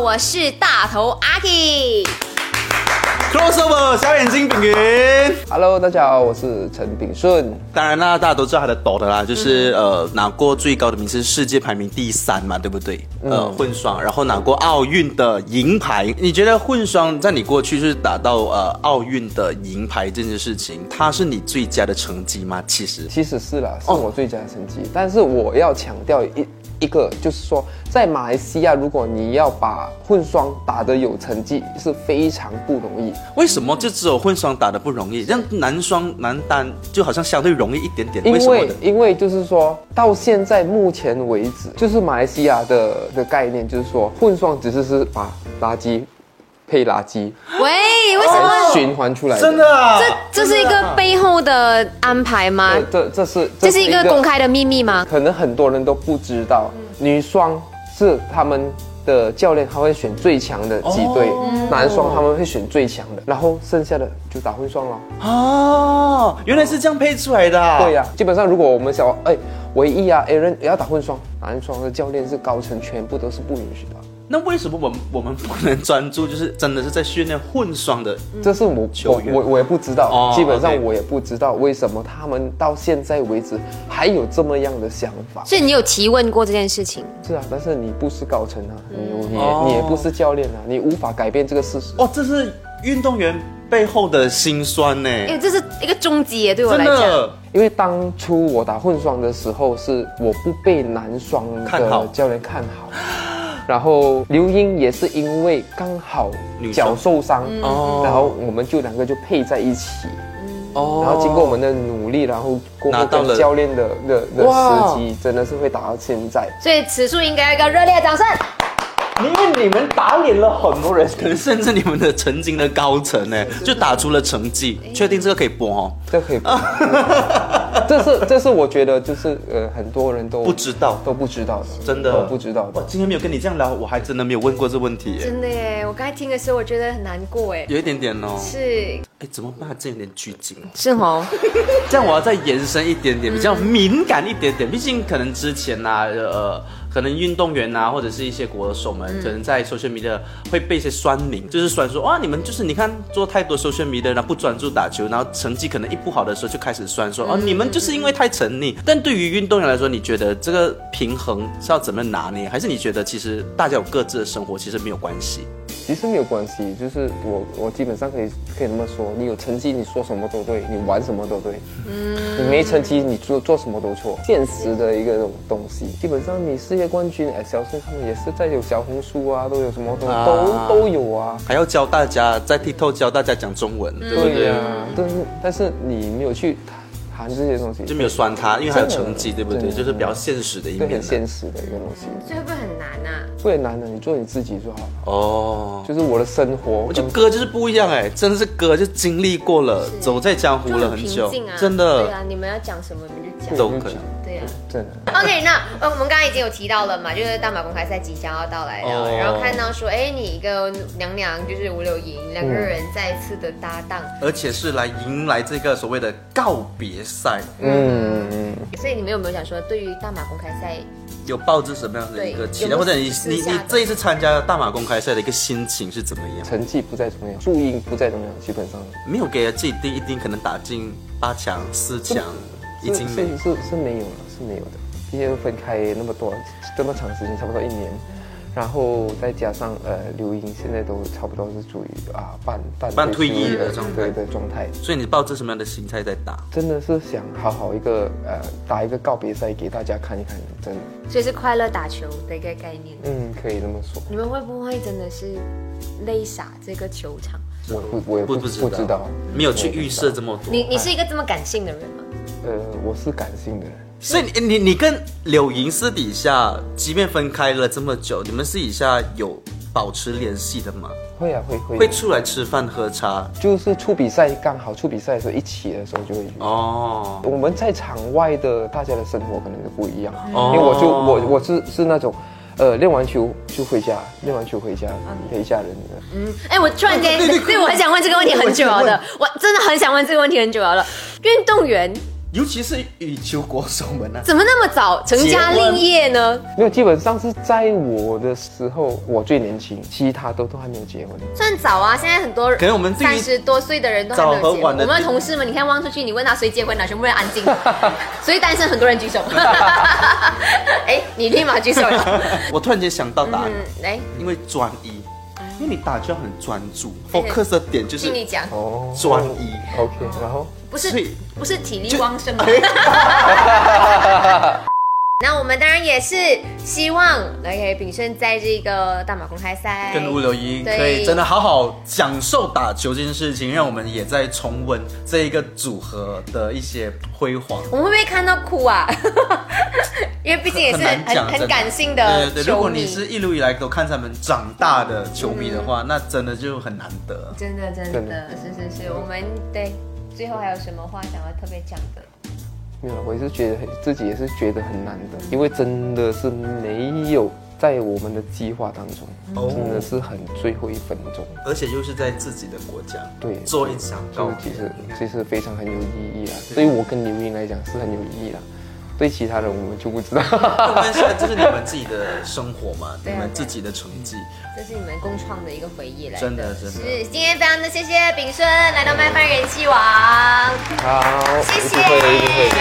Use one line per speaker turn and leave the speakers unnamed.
我是大头阿 K。
crossover 小眼睛饼云。
Hello，大家好，我是陈炳顺。
当然啦，大家都知道他的抖的啦，就是、
嗯
呃拿过最高的名次，世界排名第三嘛，对不对？
嗯
呃，混双，然后拿过奥运的银牌。你觉得混双在你过去是打到呃奥运的银牌这件事情，它是你最佳的成绩吗？其实
其实是啦，是我最佳的成绩。但是我要强调一一个，就是说，在马来西亚，如果你要把混双打得有成绩，是非常不容易。
为什么就只有混双打的不容易，让男双男单就好像相对容易一点点？
因
为什么
为
呢？
因为就是说到现在目前为止，就是马来西亚的的概念，就是说混双只是是把垃圾配垃圾
喂，为什
来
哦
么？
循环出来的。
真的啊，
这是一个背后的安排吗
哦
呃，？这这是
这是一个公开的秘密吗？
可能很多人都不知道，女双是他们的教练他会选最强的几队，男双他们会选最强的，然后剩下的就打混双了。
哦，原来是这样配出来的、啊。
对呀、基本上如果我们想哎，唯一啊，Aaron 也要打混双，男双的教练是高层全部都是不允许的。
那为什么我们我们不能专注，就是真的是在训练混双的？
嗯
这是我
球
我
员
我我也不知道，
哦
基本上
OK
我也不知道为什么他们到现在为止还有这么样的想法。
所以你有提问过这件事情？
是啊，但是你不是高层啊，你你
哦
也你也不是教练啊，你无法改变这个事实。
哦，这是运动员背后的辛酸呢，
因为这是一个终极耶，对我
真
来讲。
的。
因为当初我打混双的时候，是我不被男双
看好
的教练看好，然后刘英也是因为刚好
女双
脚受伤，
哦
然后我们就两个就配在一起，
哦
然后经过我们的努力，然后过
拿
后
到了
跟教练的的的
哇
时机，真的是会打到现在。
所以此处应该有一个热烈的掌声。
因为你们打脸了很多人，可能甚至你们的曾经的高层呢，就打出了成绩。
哎
确定这个可以播哦？
这可以， 这是这是我觉得就是呃很多人
哦
都
不知道
都不知道的，
真的
都不知道
我
的。
今天没有跟你这样聊，我还真的没有问过这问题耶，
真的耶，我刚才听的时候我觉得很难过哎。
有一点点哦。
是
哎，怎么办？这有点拘谨哦。
是哦，
这样我要再延伸一点点，比较敏感一点点。毕竟可能之前呐、呃，可能运动员啊呐、或者是一些国手们，可能在 social media 会被一些酸民，就是酸说哇，你们就是你看做太多 social media，然后不专注打球，然后成绩可能一不好的时候就开始酸说哦，你们就是因为太沉溺。但对于运动员来说，你觉得这个平衡是要怎么拿捏？还是你觉得其实大家有各自的生活，其实没有关系？
其实没有关系，就是我我基本上可以可以那么说，你有成绩你说什么都对，你玩什么都对，你没成绩你做做什么都错，现实的一个东东西。基本上你世界冠军，哎，小孙他们也是在有小红书啊，都有什么都、
啊
都都有啊。
还要教大家在 TikTok 教大家讲中文，对不对？
呀、但是但是你没有去谈这些东西，
就没有酸他，因为还有成绩，对
真
不
的
对？
真的
就是比较现实的一
对
面
很
啊。
现实的一个东西。
所以会不会很难啊？
不然难的，你做你自己就好了。
哦，
就是我的生活
我
跟
就哥就是不一样哎，真的是哥就经历过了，走在江湖
就
了
很
很
平
久
静啊，，
真
对
的
啊，你们要讲什么你们就讲。
都可以。
对啊。
真的。
OK，那呃，我们刚刚已经有提到了嘛，就是大马公开赛即将要到来了，
哦
然后看到说，哎，你一个娘娘就是吴柳莹，两个人再次的搭档，
而且是来迎来这个所谓的告别赛，
嗯，嗯
所以你们有没有想说，对于大马公开赛，
有抱着什么样的一个
对
期待，
有没有
或者你
私
你
下
你
的
这一次参加大马公开赛的一个心情是怎么样？
成绩不再重要，注音不再重要，基本上
没有给自己定一定可能打进八强、四强，已
是
经没
是是是没有了，是没有的。毕竟分开那么多这么长时间，差不多一年，然后再加上呃，刘英现在都差不多是处于啊半半
半退役的
的
状态
对的状态。
所以你抱着什么样的心态在打？
真的是想好好一个呃打一个告别赛给大家看一看，真的，
所以是快乐打球的一个概念，
嗯，可以这么说。
你们会不会真的是累傻这个球场？
我不我也
不
不
不
不
知
知
道
道，
没有去预设这么多。
你你是一个这么感性的人吗？
呃，我是感性的人。
所以你你你跟柳莹私底下，即便分开了这么久，你们私底下有保持联系的吗？
会啊，会会
会出来吃饭喝茶？
就是出比赛，刚好出比赛的时候一起的时候就会。
哦，
我们在场外的大家的生活可能就不一样，
哦
因为我就我我是是那种，呃，练完球就回家，练完球回家陪家人的。
嗯，哎、我突然间，对我很想问这个问题很久了的，我真的很想问这个问题很久了的。运动员
尤其是羽球国手们 啊，
怎么那么早成家立业呢？
没有，基本上是在我的时候，我最年轻，其他都都还没有结婚。
算早啊，现在很多
可能我们对于
三十多岁的人都还没有
早和
结婚。
晚的
我们的同事们，你看望出去，你问他谁结婚了，全部人安 静，所以单身很多人举手。哎，你立马举手 了。
我突然间想到答案，
嗯，来，
因为专一，因为你打就要很专注
对对
，focus 的点就是
听你讲，
哦
专一。
OK，然后
不是
所以
不是体力
就
旺盛吗？
哎
那我们当然也是希望，OK，炳胜在这个大马公开赛
跟吴柳莹
哎对
可以真的好好享受打球这件事情，让我们也在重温这一个组合的一些辉煌。
我们会不会看到哭啊？ 因为毕竟也是很
很难讲
很
真的
很感性的
对对对，如
球
果
迷
你，是一路以来都看他们长大的球迷的话，那真的就很难得。
真的真
真
的，是是是，我们对最后还有什么话想要特别讲的？
没有，我也是觉得很自己也是觉得很难的，因为真的是没有在我们的计划当中，
哦
真的是很最后一分钟。
而且又是在自己的国家，
对
做一场
就
告
是
别
其。实其实非常很有意义啦。对于我跟刘英来讲是很有意义啦，对其他人我们就不知道。
但是这是你们自己的生活嘛，你
对啊
们自己的成绩，
这是你们共创的一个回忆来
真的真的
是今天非常的谢谢炳顺来到麦饭人气王，
好，
谢
一
谢
定会的，一定会的。